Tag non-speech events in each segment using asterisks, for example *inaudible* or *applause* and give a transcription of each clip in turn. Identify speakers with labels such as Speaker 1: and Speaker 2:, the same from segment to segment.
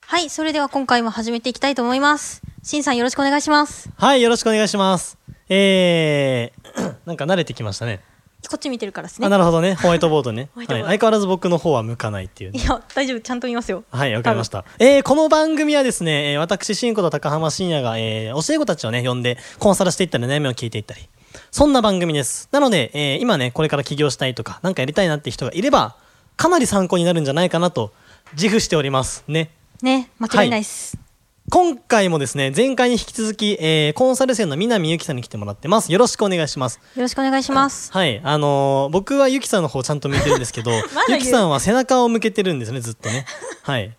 Speaker 1: はい、それでは今回も始めていきたいと思います。しんさんよろしくお願いします。
Speaker 2: はい、よろしくお願いします。えー、 *coughs* なんか慣れてきましたね。
Speaker 1: こっち見てるからですね。
Speaker 2: あ、なるほどね。ホワイトボードね。
Speaker 1: *laughs* ホワイ
Speaker 2: はい、
Speaker 1: トボード
Speaker 2: 相変わらず僕の方は向かないっていう
Speaker 1: *laughs*
Speaker 2: ね
Speaker 1: い。や、大丈夫、ちゃんと見ますよ。
Speaker 2: はい、わかりました。えー、この番組はですね、えー私、新子と高浜深也が、えー、教え子たちをね、呼んで、コンサルしていったり、悩みを聞いていったり。そんな番組です。なので、えー、今ね、これから起業したいとか、なんかやりたいなって人がいれば、かなり参考になるんじゃないかなと、自負しております。ね。
Speaker 1: ね、間違いないです。
Speaker 2: 今回もですね、前回に引き続き、えー、コンサル生の南ゆきさんに来てもらってます。よろしくお願いします。
Speaker 1: よろしくお願いします。
Speaker 2: はい、あのー僕はゆきさんの方ちゃんと見てるんですけ
Speaker 1: *laughs*
Speaker 2: ど、
Speaker 1: 言
Speaker 2: ゆ
Speaker 1: う
Speaker 2: きさんは背中を向けてるんですね、ずっとね。はい。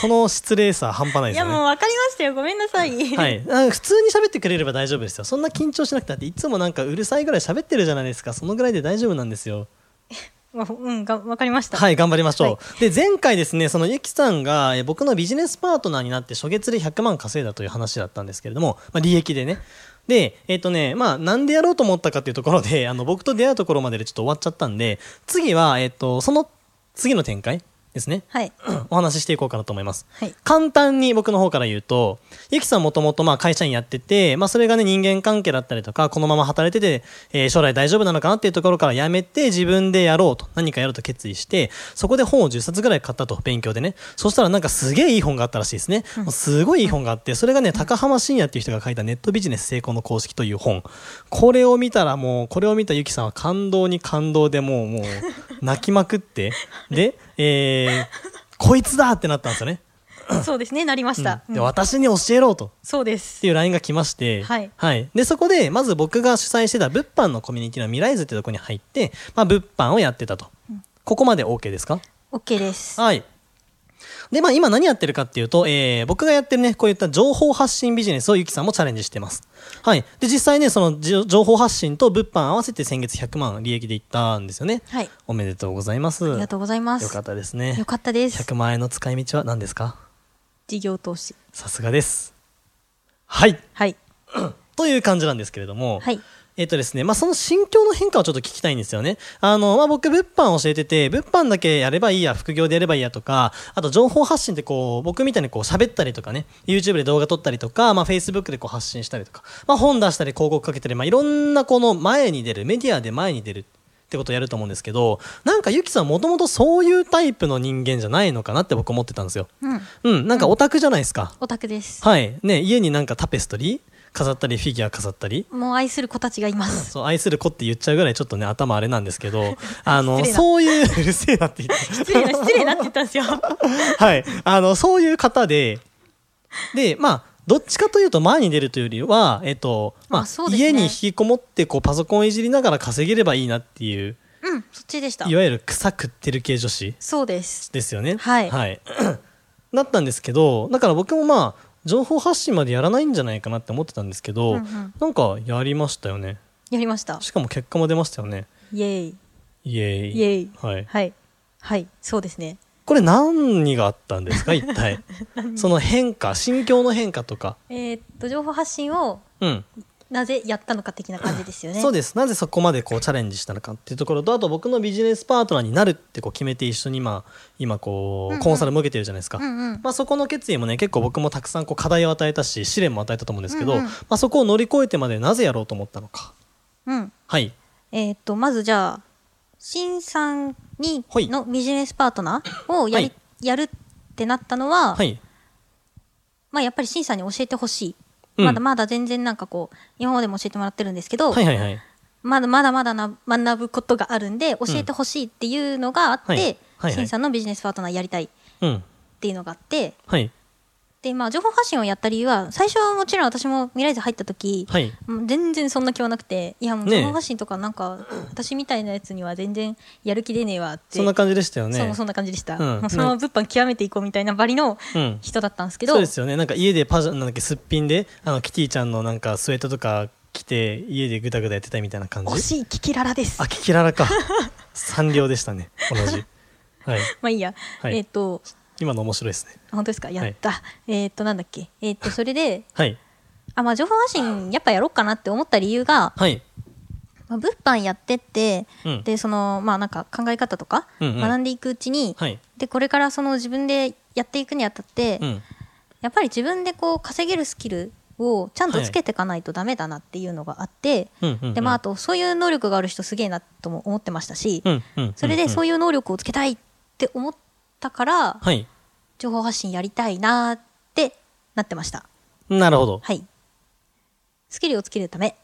Speaker 2: この失礼さ半端ない
Speaker 1: い
Speaker 2: です
Speaker 1: や、
Speaker 2: よね。
Speaker 1: もう分かりましたよ。ごめんなさい。
Speaker 2: はい、あ普通に喋ってくれれば大丈夫ですよそんな緊張しなくたっていつもなんかうるさいぐらい喋ってるじゃないですかそのぐらいで大丈夫なんですよ
Speaker 1: わうん、が分かりました。
Speaker 2: はい頑張りましょう、
Speaker 1: は
Speaker 2: で前回ですねそのゆきさんがえ僕のビジネスパートナーになって初月で100万稼いだという話だったんですけれども、まあ、利益でねでえっ、とねまあなんでやろうと思ったかっていうところで *laughs* あの僕と出会うところまででちょっと終わっちゃったんで次は、えっとその次の展開ですね *clears throat*
Speaker 1: はい。
Speaker 2: お話ししていこうかなと思います。
Speaker 1: はい
Speaker 2: 簡単に僕の方から言うと、ゆきさんもともとまあ会社員やってて、まあそれがね人間関係だったりとか、このまま働いてて、えー将来大丈夫なのかなっていうところからやめて、自分でやろうと、何かやろうと決意して、そこで本を10冊ぐらい買ったと、勉強でね。そしたらなんかすげえいい本があったらしいですね。もうすごいいい本があって、それがね、高浜信也っていう人が書いたネットビジネス成功の公式という本。これを見たらもう、これを見たゆきさんは感動に感動でもう、もう、泣きまくって、で、えー、こいつだってなったんですよね。
Speaker 1: そうですね、なりました。
Speaker 2: うんで
Speaker 1: うん
Speaker 2: 私に教えろとっ
Speaker 1: そうです
Speaker 2: て。いう LINE が来まして、
Speaker 1: はい
Speaker 2: でそこでまず僕が主催してた物販のコミュニティの未来図ってとこに入って、まあ、物販をやってたと、ここまで OK ですか
Speaker 1: OK です。
Speaker 2: はいでまあ今何やってるかっていうと、えー僕がやってるねこういった情報発信ビジネスをゆきさんもチャレンジしてますはいで実際ねそのじ情報発信と物販合わせて先月100万利益でいったんですよね
Speaker 1: はい。
Speaker 2: おめでとうございます
Speaker 1: ありがとうございます。
Speaker 2: よかったです
Speaker 1: よ
Speaker 2: ね
Speaker 1: かったです。
Speaker 2: 100万円の使い道は何ですか
Speaker 1: 事業投資。
Speaker 2: さすがですはい
Speaker 1: はい。
Speaker 2: という感じなんですけれども、
Speaker 1: はい。
Speaker 2: えっとですね、まあ、その心境の変化をちょっと聞きたいんですよね。あの、まあ、僕、物販を教えてて、物販だけやればいいや、副業でやればいいやとか、あと情報発信でこう、僕みたいにこう喋ったりとかね、YouTube で動画撮ったりとか、まあ、Facebook でこう発信したりとか、まあ、本出したり広告かけたり、まあ、いろんなこの前に出る、メディアで前に出るってことをやると思うんですけど、なんかゆきさんもともとそういうタイプの人間じゃないのかなって僕思ってたんですよ。
Speaker 1: うん。
Speaker 2: うん、なんかオタクじゃないですか。
Speaker 1: オタクです。
Speaker 2: はい。ね、家になんかタペストリー飾ったり、フィギュア飾ったり、
Speaker 1: もう愛する子たちがいます。
Speaker 2: そう、愛する子って言っちゃうぐらいちょっとね、頭あれなんですけど、
Speaker 1: *laughs*
Speaker 2: あの、
Speaker 1: 失礼な
Speaker 2: そういう、 *laughs* うるせえなって言っ
Speaker 1: 失礼な、失礼なって言ったんですよ。
Speaker 2: た。はい。あの、そういう方で、で、まあ、どっちかというと前に出るというよりは、えっと、まあ、
Speaker 1: あそうですね
Speaker 2: 家に引きこもって、こう、パソコンいじりながら稼げればいいなっていう、
Speaker 1: うん、そっちでした
Speaker 2: い。わゆる草食ってる系女子
Speaker 1: そうです。
Speaker 2: ですよね。
Speaker 1: はい
Speaker 2: はい。 *clears throat* だったんですけど、だから僕もまあ、情報発信までやらないんじゃないかなって思ってたんですけ
Speaker 1: う
Speaker 2: ど、
Speaker 1: んうん
Speaker 2: なんかやりましたよね。
Speaker 1: やりました。
Speaker 2: しかも結果も出ましたよね。
Speaker 1: イエーイ。
Speaker 2: イエーイ。
Speaker 1: イエーイ
Speaker 2: はい。
Speaker 1: はい。はい。そうですね。
Speaker 2: これ何があったんで
Speaker 1: *laughs*
Speaker 2: すか一体その変化心境の変化とか
Speaker 1: えーっと、情報発信を
Speaker 2: うん、
Speaker 1: なぜやったのか的な感じですよね。
Speaker 2: そうですなぜそこまでこうチャレンジしたのかっていうところとあと僕のビジネスパートナーになるってこう決めて一緒に今今こ
Speaker 1: うんう
Speaker 2: うんコンサルも受けてるじゃないですか、
Speaker 1: うんうん。
Speaker 2: まあ、そこの決意もね結構僕もたくさんこう課題を与えたし試練も与えたと思うんですけど、
Speaker 1: うんうん
Speaker 2: まあ、そこを乗り越えてまでなぜやろうと思ったのか
Speaker 1: うん。
Speaker 2: はい
Speaker 1: えーっと、まずじゃあ、しんさんに、
Speaker 2: ほい
Speaker 1: のビジネスパートナーをやり、
Speaker 2: は
Speaker 1: やるってなったのは、
Speaker 2: はい
Speaker 1: まあやっぱりしんさんに教えてほしい。
Speaker 2: うん
Speaker 1: まだまだ全然なんかこう、今までも教えてもらってるんですけど、
Speaker 2: はいはいはい
Speaker 1: まだまだまだな学ぶことがあるんで、教えてほしいっていうのがあって、
Speaker 2: はいはいはい
Speaker 1: しんさんのビジネスパートナーやりたいっ
Speaker 2: うん
Speaker 1: ていうのがあって、
Speaker 2: はい
Speaker 1: で、まあ、情報発信をやった理由は、最初はもちろん私も未来図入った時、
Speaker 2: はい。
Speaker 1: もう全然そんな気はなくて、いや、もう
Speaker 2: ねえ
Speaker 1: 情報発信とかなんか、私みたいなやつには全然やる気出ねえわって。
Speaker 2: そんな感じでしたよね。
Speaker 1: そうそんな感じでした。
Speaker 2: うん
Speaker 1: もうそのまま物販極めていこうみたいなバリの
Speaker 2: うん。
Speaker 1: 人だったんですけど、
Speaker 2: そうですよね。なんか家でパジャ、なんだっけ、すっぴんで、あの、キティちゃんのなんかスウェットとか着て、家でぐだぐだやってたみたいな感
Speaker 1: 惜
Speaker 2: じ。
Speaker 1: しいキキララです
Speaker 2: あ、。キキララか。
Speaker 1: *laughs*
Speaker 2: サンリオでしたね。同じ。はい。
Speaker 1: まあいいや。
Speaker 2: はい
Speaker 1: えっ、と、
Speaker 2: 今の面白いですね。
Speaker 1: 本当ですかやった。えっ、と、なんだっけえっ、と、それで、
Speaker 2: はい。
Speaker 1: あ、まあ情報発信やっぱやろうかなって思った理由が、
Speaker 2: はい。
Speaker 1: まあ、物販やってって、
Speaker 2: うん
Speaker 1: で、その、まあなんか考え方とか、
Speaker 2: うんうん
Speaker 1: 学んでいくうちに、
Speaker 2: はい。
Speaker 1: で、これからその自分でやっていくにあたって、
Speaker 2: うん。
Speaker 1: やっぱり自分でこう稼げるスキルをちゃんとつけていかないとダメだなっていうのがあって、
Speaker 2: うんうんうん
Speaker 1: で、まああとそういう能力がある人すげえなとも思ってましたし、
Speaker 2: うん。うん。
Speaker 1: それでそう
Speaker 2: い
Speaker 1: いう能力をつけたいって思ったから、
Speaker 2: うん。はい。
Speaker 1: 情報発信やりたいなーってなってました。
Speaker 2: なるほど。
Speaker 1: はい。スキルをつけるため。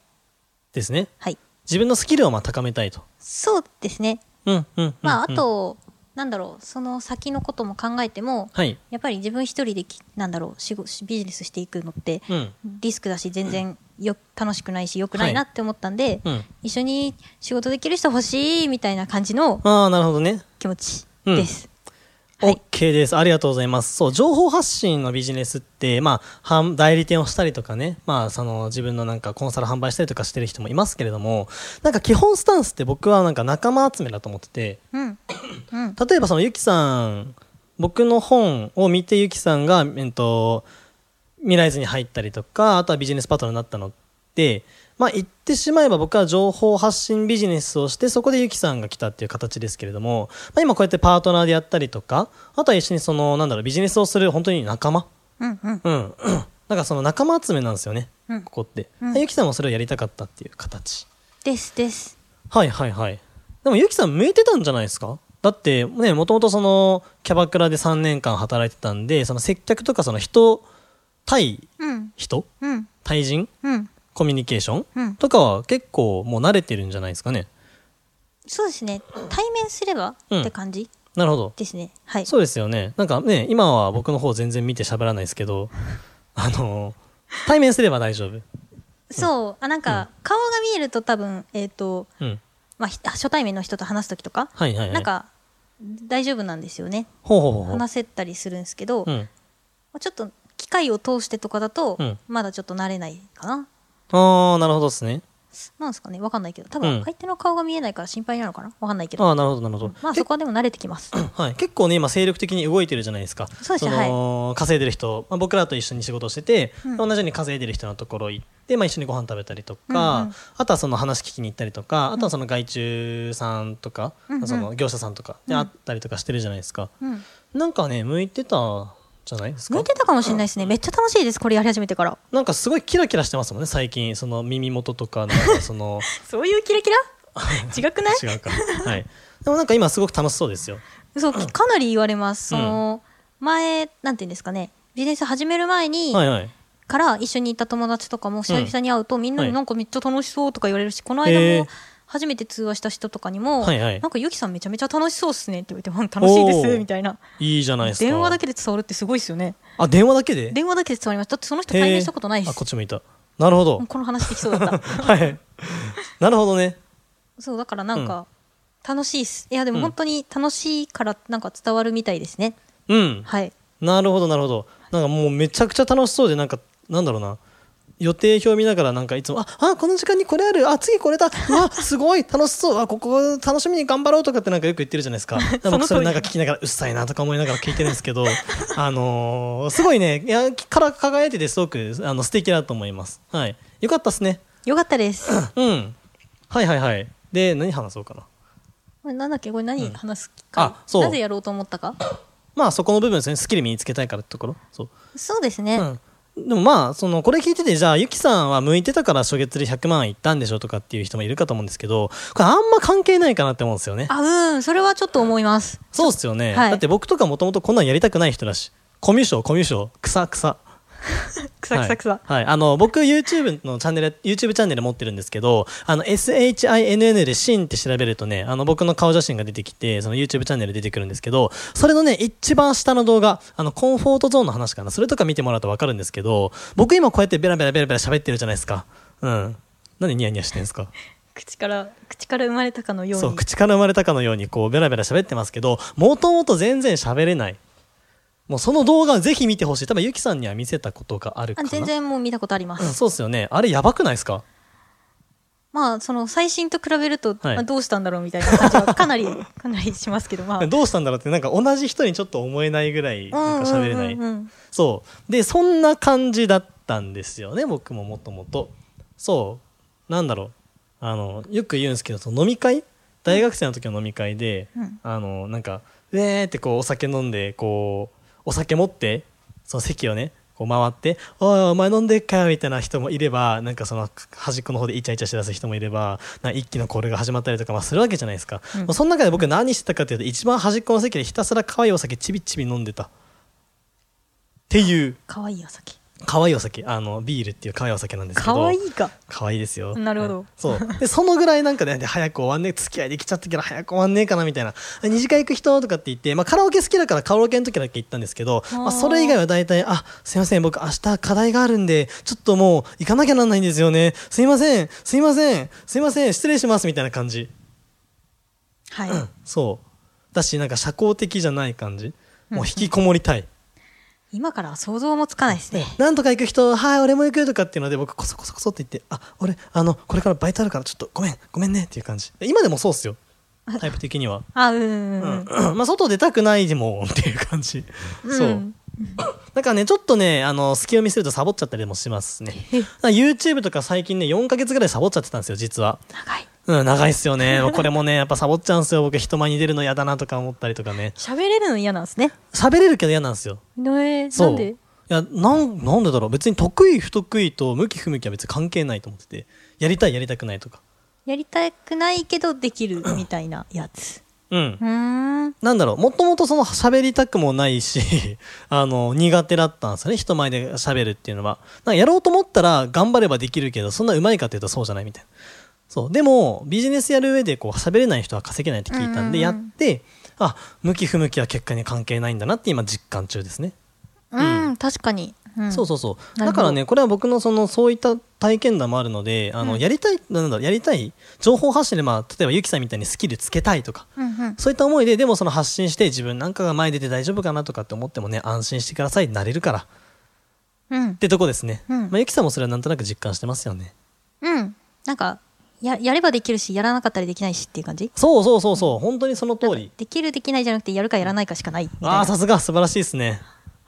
Speaker 2: ですね。
Speaker 1: はい。
Speaker 2: 自分のスキルをまあ高めたいと。
Speaker 1: そうですね。
Speaker 2: うん。うんうん。うん
Speaker 1: まあ、あ、と、なんだろう、その先のことも考えても、
Speaker 2: はい。
Speaker 1: やっぱり自分一人でき、なんだろう、仕事、ビジネスしていくのって、
Speaker 2: うん。
Speaker 1: リスクだし、全然よ、楽しくないし、良くないなって思ったんで、
Speaker 2: うん。
Speaker 1: 一緒に仕事できる人欲しい、みたいな感じの
Speaker 2: ああ、なるほどね。
Speaker 1: 気持ちです。はい
Speaker 2: OK です。ありがとうございます。そう、情報発信のビジネスって、まあ、販代理店をしたりとかね、まあ、その、自分のなんかコンサル販売したりとかしてる人もいますけれども、なんか基本スタンスって僕はなんか仲間集めだと思ってて、
Speaker 1: うん。うん。
Speaker 2: 例えばそのゆきさん、僕の本を見てゆきさんが、えっと、未来図に入ったりとか、あとはビジネスパートナーになったのって、まあ言ってしまえば僕は情報発信ビジネスをして、そこでゆきさんが来たっていう形ですけれども、まあ今こうやってパートナーでやったりとか、あとは一緒にその、なんだろう、ビジネスをする本当に仲間
Speaker 1: うん。うん。
Speaker 2: うん。 *clears throat* なんかその仲間集めなんですよね、
Speaker 1: うん
Speaker 2: ここって。
Speaker 1: うん
Speaker 2: ゆきさんもそれをやりたかったっていう形。
Speaker 1: です、です。
Speaker 2: はいはいはい。でもゆきさん向いてたんじゃないですかだってね、もともとそのキャバクラで3年間働いてたんで、その接客とかその人、対
Speaker 1: うん。
Speaker 2: 人
Speaker 1: うん。
Speaker 2: 対人
Speaker 1: うん。
Speaker 2: コミュニケーション
Speaker 1: うん。
Speaker 2: とかは結構もう慣れてるんじゃないですかね。
Speaker 1: そうですね。対面すれば
Speaker 2: うん
Speaker 1: って感じ
Speaker 2: なるほど。
Speaker 1: ですね。はい。
Speaker 2: そうですよね。なんかね、今は僕の方全然見て喋らないですけど、 *laughs* あの、対面すれば大丈夫。
Speaker 1: そう。あ、なんか、顔が見えると多分、えっ、と、
Speaker 2: うん。
Speaker 1: まあ、ひ初対面の人と話すときとか、
Speaker 2: はいはいはい。
Speaker 1: なん、か、大丈夫なんですよね。
Speaker 2: ほうほうほうほう。
Speaker 1: 話せたりするんですけど、
Speaker 2: う
Speaker 1: ま
Speaker 2: ん。
Speaker 1: あちょっと、機械を通してとかだと、
Speaker 2: うん
Speaker 1: まだちょっと慣れないかな。
Speaker 2: ああ、なるほどですね。
Speaker 1: なんですかねわかんないけど。多
Speaker 2: うん
Speaker 1: 分、相手の顔が見えないから心配なのかなわかんないけど。
Speaker 2: ああ、なるほどなるほど。
Speaker 1: まあ、そこはでも慣れてきます。
Speaker 2: *clears throat* はい、結構ね今精力的に動いてるじゃないですか
Speaker 1: そうですね
Speaker 2: の、稼いでる人、まあ、僕らと一緒に仕事をしてて、
Speaker 1: うん
Speaker 2: 同じように稼いでる人のところ行って、まあ、一緒にご飯食べたりとか、
Speaker 1: うんうん
Speaker 2: あとはその話聞きに行ったりとかあとはその外注さんとか、
Speaker 1: うんうん
Speaker 2: その業者さんとかで
Speaker 1: うん
Speaker 2: 会ったりとかしてるじゃないですか、
Speaker 1: うん。
Speaker 2: なんかね向いてたじゃないですか
Speaker 1: 向いてたかもしれないですね。めっちゃ楽しいです。これやり始めてから。
Speaker 2: なんかすごいキラキラしてますもんね最近その耳元とかなんか
Speaker 1: *laughs*
Speaker 2: その
Speaker 1: そういうキラキラ違くない
Speaker 2: 違うかはいでもなんか今すごく楽しそうですよ
Speaker 1: そう、かなり言われます。その、前、なんていうんですかね、ビジネス始める前に、
Speaker 2: はいはい
Speaker 1: から一緒にいた友達とかも久々に会うと、みんな
Speaker 2: は
Speaker 1: に
Speaker 2: い
Speaker 1: なんかめっちゃ楽しそうとか言われるし、この
Speaker 2: へ
Speaker 1: 間
Speaker 2: ー
Speaker 1: も、初めて通話した人とかにも、
Speaker 2: はいはい
Speaker 1: なんかゆきさんめちゃめちゃ楽しそうっすねって言って、うん楽しいで
Speaker 2: おー
Speaker 1: す、みたいな。
Speaker 2: いいじゃないですか
Speaker 1: 電話だけで伝わるってすごいですよね。
Speaker 2: あ電話だけで
Speaker 1: 電話だけで伝わりました。だってその人対面したことない
Speaker 2: へー
Speaker 1: し
Speaker 2: あ、こっちもいた。なるほど
Speaker 1: うん。この話できそうだ
Speaker 2: *laughs*
Speaker 1: った。
Speaker 2: はい。なるほどね。
Speaker 1: そう、だからなんか、楽しいっす。いや、でも本当に楽しいからなんか伝わるみたいですね。
Speaker 2: うん。
Speaker 1: はい。
Speaker 2: なるほど、なるほど。なんかもうめちゃくちゃ楽しそうで、なんか、なんだろうな。予定表見ながらなんかいつも、あ、あ、この時間にこれある、あ、次これだ、うわ、すごい、楽しそう、あ、ここ楽しみに頑張ろうとかってなんかよく言ってるじゃな
Speaker 1: *laughs*
Speaker 2: いですか。
Speaker 1: その
Speaker 2: 僕
Speaker 1: 通
Speaker 2: そ
Speaker 1: り
Speaker 2: れなんか聞きながら、うっさいなとか思いながら聞いてるんですけど、あのーすごいね、いや、から輝いててすごく、あの、素敵だと思います。はい。よかったっすね。
Speaker 1: よかったです。
Speaker 2: うん。はいはいはい。で、何話そうかな。
Speaker 1: これなんだっけこれ何話すか、
Speaker 2: あそう
Speaker 1: なぜやろうと思ったか
Speaker 2: まあそこの部分ですね、スキル身につけたいからってところ。そう。
Speaker 1: そうですね。
Speaker 2: うん。でもまあ、その、これ聞いてて、じゃあ、ゆきさんは向いてたから初月で100万いったんでしょとかっていう人もいるかと思うんですけど、これあんま関係ないかなって思うんですよね。
Speaker 1: あ、うん、それはちょっと思います。
Speaker 2: そうっすよね。
Speaker 1: はい
Speaker 2: だって僕とかもともとこんなんやりたくない人だし、コミュ障、コミュ障、草、草。
Speaker 1: くさくさくさ。
Speaker 2: はい、はいあの僕 YouTube のチャンネル YouTube チャンネル持ってるんですけどあの SHINN でシンって調べるとねあの僕の顔写真が出てきてその YouTube チャンネル出てくるんですけどそれのね一番下の動画あのコンフォートゾーンの話かなそれとか見てもらうと分かるんですけど僕今こうやってベラベラベラベラ喋ってるじゃないですかうんなんでニヤニヤしてんですか
Speaker 1: 口から、口から生まれたかのように。
Speaker 2: そう口から生まれたかのようにこうベラベラ喋ってますけどもともと全然喋れないもうその動画をぜひ見てほしい多分ゆきさんには見せたことがあるか
Speaker 1: あ
Speaker 2: な
Speaker 1: 全然もう見たことありま
Speaker 2: うん
Speaker 1: す。
Speaker 2: そうですよねあれやばくないですか
Speaker 1: まあ、その最新と比べると、
Speaker 2: はい
Speaker 1: まあ、どうしたんだろうみたいな感じ
Speaker 2: *laughs*
Speaker 1: はかなり、かなりしますけど、まあ。
Speaker 2: どうしたんだろうって *laughs* なんか同じ人にちょっと思えないぐらいなんか喋れない、
Speaker 1: うんうんうんうん
Speaker 2: そうでそんな感じだったんですよね僕ももともとそうなんだろうあのよく言うんですけどその飲み会大学生の時の飲み会で、
Speaker 1: うん
Speaker 2: あのなんかウェーってこうお酒飲んでこうお酒持ってその席をねこう回って「おいお前飲んでっかよ」みたいな人もいればなんかその端っこの方でイチャイチャしだす人もいればなんか一気のコールが始まったりとか、まあ、するわけじゃないですか、
Speaker 1: うん
Speaker 2: まあその中で僕何してたかというと一番端っこの席でひたすら可愛いお酒ちびちび飲んでたっていう
Speaker 1: かわいいお酒。
Speaker 2: 可愛いお酒あのビールっていう可愛いお酒なんですけど
Speaker 1: かわいいか。
Speaker 2: 可愛いですよ。
Speaker 1: なるほど
Speaker 2: うんそう。で、そのぐらいなんかね、で早く終わんねえ、付き合いできちゃったけど早く終わんねえかなみたいな。二次会行く人とかって言って、まあカラオケ好きだからカラオケの時だけ行ったんですけど、
Speaker 1: ー
Speaker 2: まあそれ以外は大体、あ、すいません、僕明日課題があるんで、ちょっともう行かなきゃなんないんですよね。すいません、すいません、すいません、失礼しますみたいな感じ。
Speaker 1: はい。
Speaker 2: そう。だし、なんか社交的じゃない感じ。もう引きこもりたい。
Speaker 1: 今からは想像もつかないですね。
Speaker 2: なんとか行く人、はい、俺も行くとかっていうので、僕、こそこそこそって言って、あ、俺、あの、これからバイトあるから、ちょっとごめん、ごめんねっていう感じ。今でもそうっすよ。タイプ的には。
Speaker 1: あ、うんうん
Speaker 2: う
Speaker 1: うんん。。
Speaker 2: まあ、外出たくないでも、っていう感じ。
Speaker 1: うん
Speaker 2: そう。だからね、ちょっとね、あの、隙を見せるとサボっちゃったりもしますね。 *laughs* だから YouTube とか最近ね、4ヶ月ぐらいサボっちゃってたんですよ、実は。
Speaker 1: 長い。
Speaker 2: うん、長いっすよね。これもね、やっぱサボっちゃうんすよ。僕、人前に出るの嫌だなとか思ったりとかね。
Speaker 1: 喋れるの嫌なんですね。
Speaker 2: 喋れるけど嫌なんですよ。
Speaker 1: えー、
Speaker 2: そう
Speaker 1: なんで
Speaker 2: いやなんなんでだろう別に得意不得意と向き不向きは別に関係ないと思っててやりたいやりたくないとか
Speaker 1: やりたくないけどできるみたいなやつ。
Speaker 2: うん
Speaker 1: うーん。
Speaker 2: なんだろうもともとその喋りたくもないし *laughs* あの苦手だったんですよね人前で喋るっていうのはなんかやろうと思ったら頑張ればできるけどそんな上手いかっていうとそうじゃないみたいなそうでもビジネスやる上でこう喋れない人は稼げないって聞いたんで
Speaker 1: うん
Speaker 2: や
Speaker 1: う
Speaker 2: っ
Speaker 1: んうん
Speaker 2: てあ向き不向きは結果に関係ないんだなって今実感中ですね
Speaker 1: うん、確かに。うん、
Speaker 2: そうそうそう。
Speaker 1: なるほ
Speaker 2: だ
Speaker 1: ど
Speaker 2: からね、これは僕のその、そういった体験談もあるので、あの、
Speaker 1: うん
Speaker 2: やりたい、なんだろう、やりたい、情報発信で、まあ、例えばゆきさんみたいにスキルつけたいとか、
Speaker 1: うんうん。
Speaker 2: そういった思いで、でもその発信して自分なんかが前出て大丈夫かなとかって思ってもね、安心してください、なれるから。
Speaker 1: うん
Speaker 2: っ。てとこですね。
Speaker 1: うん
Speaker 2: まあ、ゆきさんもそれはなんとなく実感してますよね。
Speaker 1: うん。なんか、や、やればできるし、やらなかったりできないしっていう感じ
Speaker 2: そうそうそうそう、本当にその通り。
Speaker 1: できるできないじゃなくて、やるかやらないかしかないみたい
Speaker 2: あ
Speaker 1: な
Speaker 2: あ、。さすが、素晴らしいですね。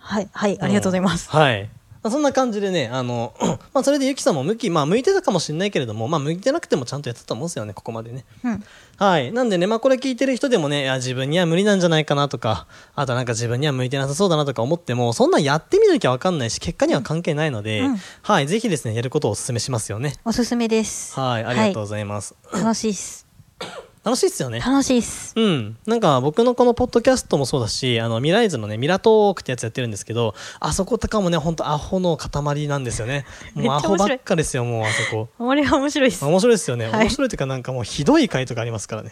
Speaker 1: はい、はい、ありがとうございます。
Speaker 2: はい。まあそんな感じでね、あの、 *clears throat* まあ、それでゆきさんも向き、まあ、向いてたかもしれないけれども、まあ、向いてなくてもちゃんとやってたと思うんですよね、ここまでね。
Speaker 1: うん。
Speaker 2: はい。なんでね、まあこれ聞いてる人でもね、いや自分には無理なんじゃないかなとか、あとなんか自分には向いてなさそうだなとか思っても、そんなんやってみなきゃわかんないし、結果には関係ないので、
Speaker 1: うんうん
Speaker 2: はい。ぜひですね、やることをお勧めしますよね。
Speaker 1: おすすめです。
Speaker 2: はい。ありがとうございます。
Speaker 1: 楽しいっす。
Speaker 2: 楽しいっすよね。
Speaker 1: 楽しいっす。
Speaker 2: うん。なんか僕のこのポッドキャストもそうだし、あの、ミライズのね、ミラトークってやつやってるんですけど、あそことかもね、ほんとアホの塊なんですよ
Speaker 1: *laughs*
Speaker 2: ね。もうアホばっかですよ、もうあそこ。
Speaker 1: あれは面白いっす。
Speaker 2: 面白いですよね。
Speaker 1: はい
Speaker 2: 面白いというかなんかもうひどい回とかありますからね。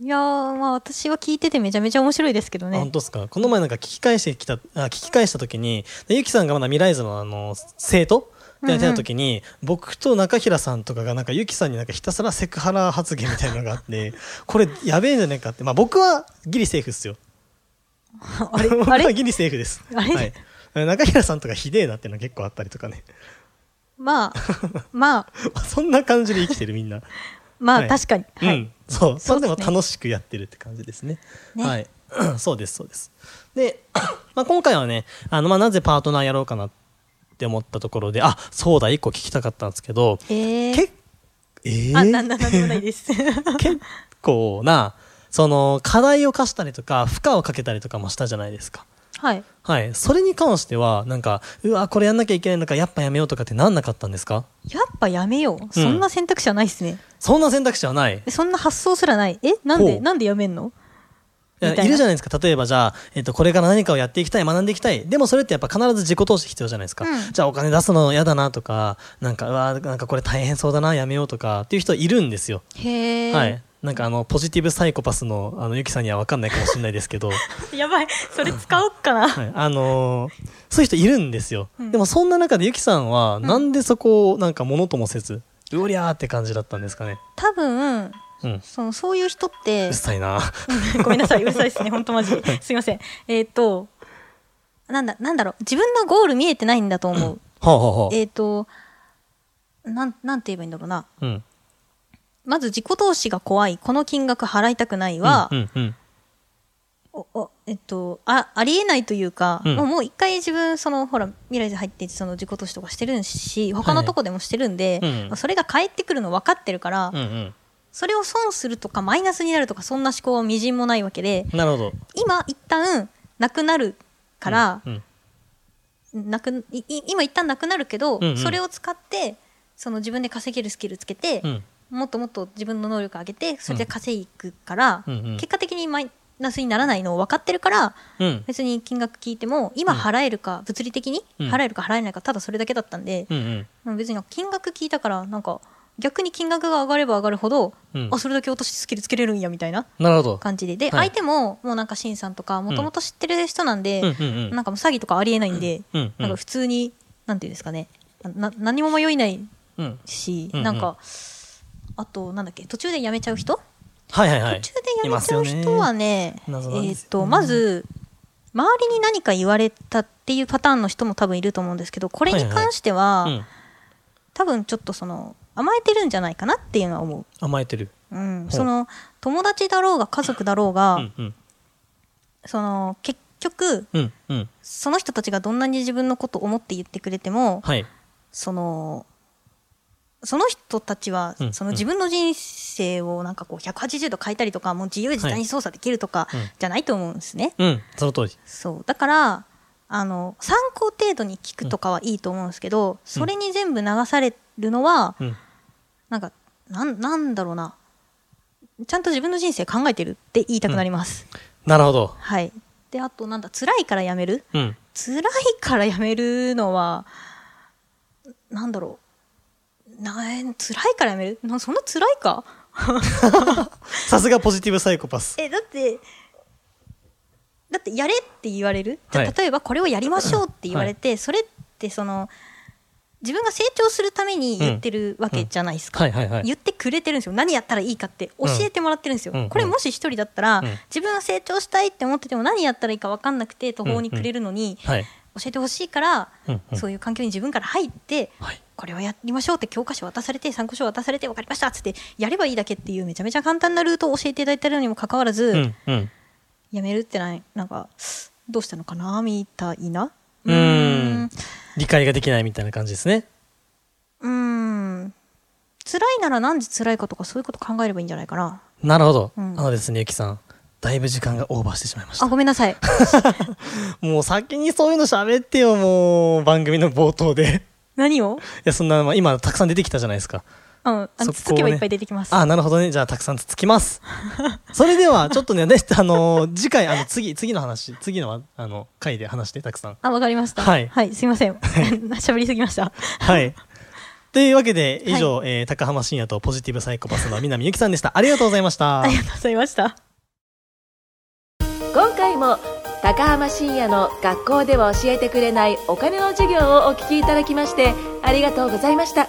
Speaker 1: いやー、まあ私は聞いててめちゃめちゃ面白いですけど
Speaker 2: あ本
Speaker 1: ね。
Speaker 2: 当ですかこの前なんか聞き返してきた、あ聞き返した時に、でゆきさんがまだミライズのあの、生徒ってやってた時に、僕と中平さんとかがなんかゆきさんになんかひたすらセクハラ発言みたいなのがあって、 *laughs* これやべえんじゃないかって。まあ僕はギリセーフっすよ。
Speaker 1: *laughs* あれ
Speaker 2: *laughs* 僕
Speaker 1: あ
Speaker 2: は
Speaker 1: れ
Speaker 2: ギリセーフです。
Speaker 1: あれ
Speaker 2: はい。中平さんとかひでえなっていうの結構あったりとかね。 *laughs*
Speaker 1: まあ、まあ、
Speaker 2: そんな感じで生きてるみんな。
Speaker 1: ま
Speaker 2: は
Speaker 1: あ
Speaker 2: い
Speaker 1: 確かに。は
Speaker 2: う
Speaker 1: い
Speaker 2: ん。、そう、そ
Speaker 1: そう
Speaker 2: れ
Speaker 1: で
Speaker 2: で
Speaker 1: ね
Speaker 2: すも楽しくやってるって感じですね。
Speaker 1: ね
Speaker 2: はい、 *clears throat* そうです、そうです。で、 *clears throat* まあ、今回はね、あの、まあ、なぜパートナーやろうかなって思ったところで、あ、そうだ、一個聞きたかったんですけど、
Speaker 1: えー
Speaker 2: け、えー
Speaker 1: あ、なんなんなんでもないです。*laughs*
Speaker 2: *laughs* 結構な、その、課題を課したりとか、負荷をかけたりとかもしたじゃないですか。
Speaker 1: はい。
Speaker 2: はい。それに関しては、なんか、うわ、これやんなきゃいけないのか、やっぱやめようとかってなんなかったんですか
Speaker 1: やっぱやめよう。そんな選択肢はないっすね。
Speaker 2: そんな選択肢はない。
Speaker 1: そんな発想すらない。えなん
Speaker 2: ほ
Speaker 1: で、
Speaker 2: う
Speaker 1: なんでやめんの
Speaker 2: いや
Speaker 1: みたいない
Speaker 2: るじゃないですか例えばじゃあ、えっとこれから何かをやっていきたい学んでいきたいでもそれってやっぱ必ず自己投資必要じゃないですか、
Speaker 1: うん
Speaker 2: じゃあお金出すの嫌だなとかなんかうわなんかこれ大変そうだなやめようとかっていう人いるんですよ、
Speaker 1: へえ、
Speaker 2: はいなんかあのポジティブサイコパスのあのゆきさんには分かんないかもしれないですけ
Speaker 1: *laughs*
Speaker 2: ど、は
Speaker 1: やばいそれ使おっかな、
Speaker 2: い、あのーそういう人いるんですよ、
Speaker 1: うん
Speaker 2: でもそんな中でゆきさんは
Speaker 1: ん
Speaker 2: なんでそこをなんかものともせずうりゃーって感じだったんですかね
Speaker 1: 多分
Speaker 2: うん
Speaker 1: そのそういう人って
Speaker 2: うっさいな
Speaker 1: ごめんなさいうるさいですね本当マジですいませんえっ、となんだなんだろう自分のゴール見えてないんだと思う
Speaker 2: ほうほうほう
Speaker 1: えっとなんなんて言えばいいんだろうな
Speaker 2: うん
Speaker 1: まず自己投資が怖いこの金額払いたくないは、
Speaker 2: うんうんうん
Speaker 1: おおえっと、あありえないというか、
Speaker 2: うん
Speaker 1: もうもう一回自分そのほら未来で入ってその自己投資とかしてるし他のとこでもしてるんで、
Speaker 2: うん
Speaker 1: まあそれが返ってくるの分かってるから、
Speaker 2: うん
Speaker 1: それを損するとかマイナスになるとかそんな思考はみじんもないわけで
Speaker 2: うんなるほど
Speaker 1: 今一旦なくなるから、
Speaker 2: うん
Speaker 1: なくいい今一旦なくなるけど、
Speaker 2: うんうん
Speaker 1: それを使ってその自分で稼げるスキルつけて、
Speaker 2: うん
Speaker 1: もっともっと自分の能力上げてそれで稼いくから、
Speaker 2: うんうん
Speaker 1: 結果的にマイナスにならないのを分かってるから
Speaker 2: うん
Speaker 1: 別に金額聞いても今払えるか、物理的に
Speaker 2: うん
Speaker 1: 払えるか払えないかただそれだけだったんで、
Speaker 2: うんうん
Speaker 1: うん別になんか金額聞いたからなんか逆に金額が上がれば上がるほど、
Speaker 2: うん
Speaker 1: あそれだけ落としスキルつけれるんやみたいな
Speaker 2: なるほど
Speaker 1: 感じでで、
Speaker 2: はい
Speaker 1: 相手ももうなんかシンさんとかもともと知ってる人なんで、
Speaker 2: うんうんうん
Speaker 1: なんかもう詐欺とかありえないんで、
Speaker 2: うんうん
Speaker 1: なんか普通になんていうんですかねなな何も迷いない
Speaker 2: うん
Speaker 1: し、
Speaker 2: うんうん
Speaker 1: なんかあとなんだっけ途中で辞めちゃう人、
Speaker 2: はいはいはい
Speaker 1: 途中で辞めちゃう人はいね
Speaker 2: ますよね謎なん
Speaker 1: え
Speaker 2: で
Speaker 1: っ
Speaker 2: すよ
Speaker 1: とまず周りに何か言われたっていうパターンの人も多分いると思うんですけどこれに関しては、
Speaker 2: ますねうん
Speaker 1: 多分ちょっとその甘えてるんじゃないかなっていうのは思
Speaker 2: 甘えてる
Speaker 1: う、うん、
Speaker 2: ほう
Speaker 1: その友達だろうが家族だろうが、
Speaker 2: うんうん
Speaker 1: その結局
Speaker 2: うんうん
Speaker 1: その人たちがどんなに自分のことを思って言ってくれても
Speaker 2: はい
Speaker 1: そのその人たちは、
Speaker 2: うん
Speaker 1: その自分の人生をなんかこう180度変えたりとかもう自由自在に操作できるとか
Speaker 2: うん
Speaker 1: じゃないと思うんですね。
Speaker 2: うんその通り
Speaker 1: そうだからあの参考程度に聞くとかはいいと思うんですけど、それに全部流されるのは、
Speaker 2: うん
Speaker 1: なんかなんなんだろうなちゃんと自分の人生考えてるって言いたくなります、
Speaker 2: なるほど
Speaker 1: はいであとなんだ辛いからやめる
Speaker 2: うん
Speaker 1: 辛いからやめるのはなんだろうなえ辛いからやめるなそんな辛いか *laughs*
Speaker 2: さすがポジティブサイコパス
Speaker 1: えだってだってやれって言われる、じゃあ
Speaker 2: はい
Speaker 1: 例えばこれをやりましょうって言われて、それってその自分が成長するために言ってるわけじゃないですか、
Speaker 2: はいはいはい
Speaker 1: 言ってくれてるんですよ何やったらいいかって教えてもらってるんですよ、
Speaker 2: うん
Speaker 1: これもし一人だったら、
Speaker 2: うん
Speaker 1: 自分が成長したいって思ってても何やったらいいか分かんなくて途方に暮れるのに、
Speaker 2: はい
Speaker 1: 教えてほしいから、
Speaker 2: うんうん
Speaker 1: そういう環境に自分から入って、
Speaker 2: はい
Speaker 1: これをやりましょうって教科書渡されて参考書渡されて分かりましたっつってやればいいだけっていうめちゃめちゃ簡単なルートを教えていただいてるのにもかかわらず、
Speaker 2: うんうん
Speaker 1: やめるってないなんかどうしたのかなみたいな
Speaker 2: うーん理解ができないみたいな感じですね
Speaker 1: うーん辛いなら何時辛いかとかそういうこと考えればいいんじゃないかな
Speaker 2: なるほどあ
Speaker 1: うん
Speaker 2: のですねゆきさんだいぶ時間がオーバーしてしまいました
Speaker 1: あごめんなさい *laughs*
Speaker 2: もう先にそういうの喋ってよもう番組の冒頭で *laughs*
Speaker 1: 何を
Speaker 2: いやそんなまあ今たくさん出てきたじゃないですか
Speaker 1: うんあ
Speaker 2: そ
Speaker 1: の
Speaker 2: こをね
Speaker 1: つつけばいっぱい出てきます、
Speaker 2: あなるほどねじゃあたくさんつつきます *laughs* それではちょっとねねあの次回あの次次の話次のあの回で話してたくさん
Speaker 1: あわかりました
Speaker 2: はい
Speaker 1: すいません喋りすぎま *laughs* した
Speaker 2: はいというわけで以上、えー高浜信也とポジティブサイコパスの南ゆきさんでしたありがとうございました
Speaker 1: ありがとうございました
Speaker 3: 今回も高浜深也の学校では教えてくれないお金の授業をお聞きいただきましてありがとうございました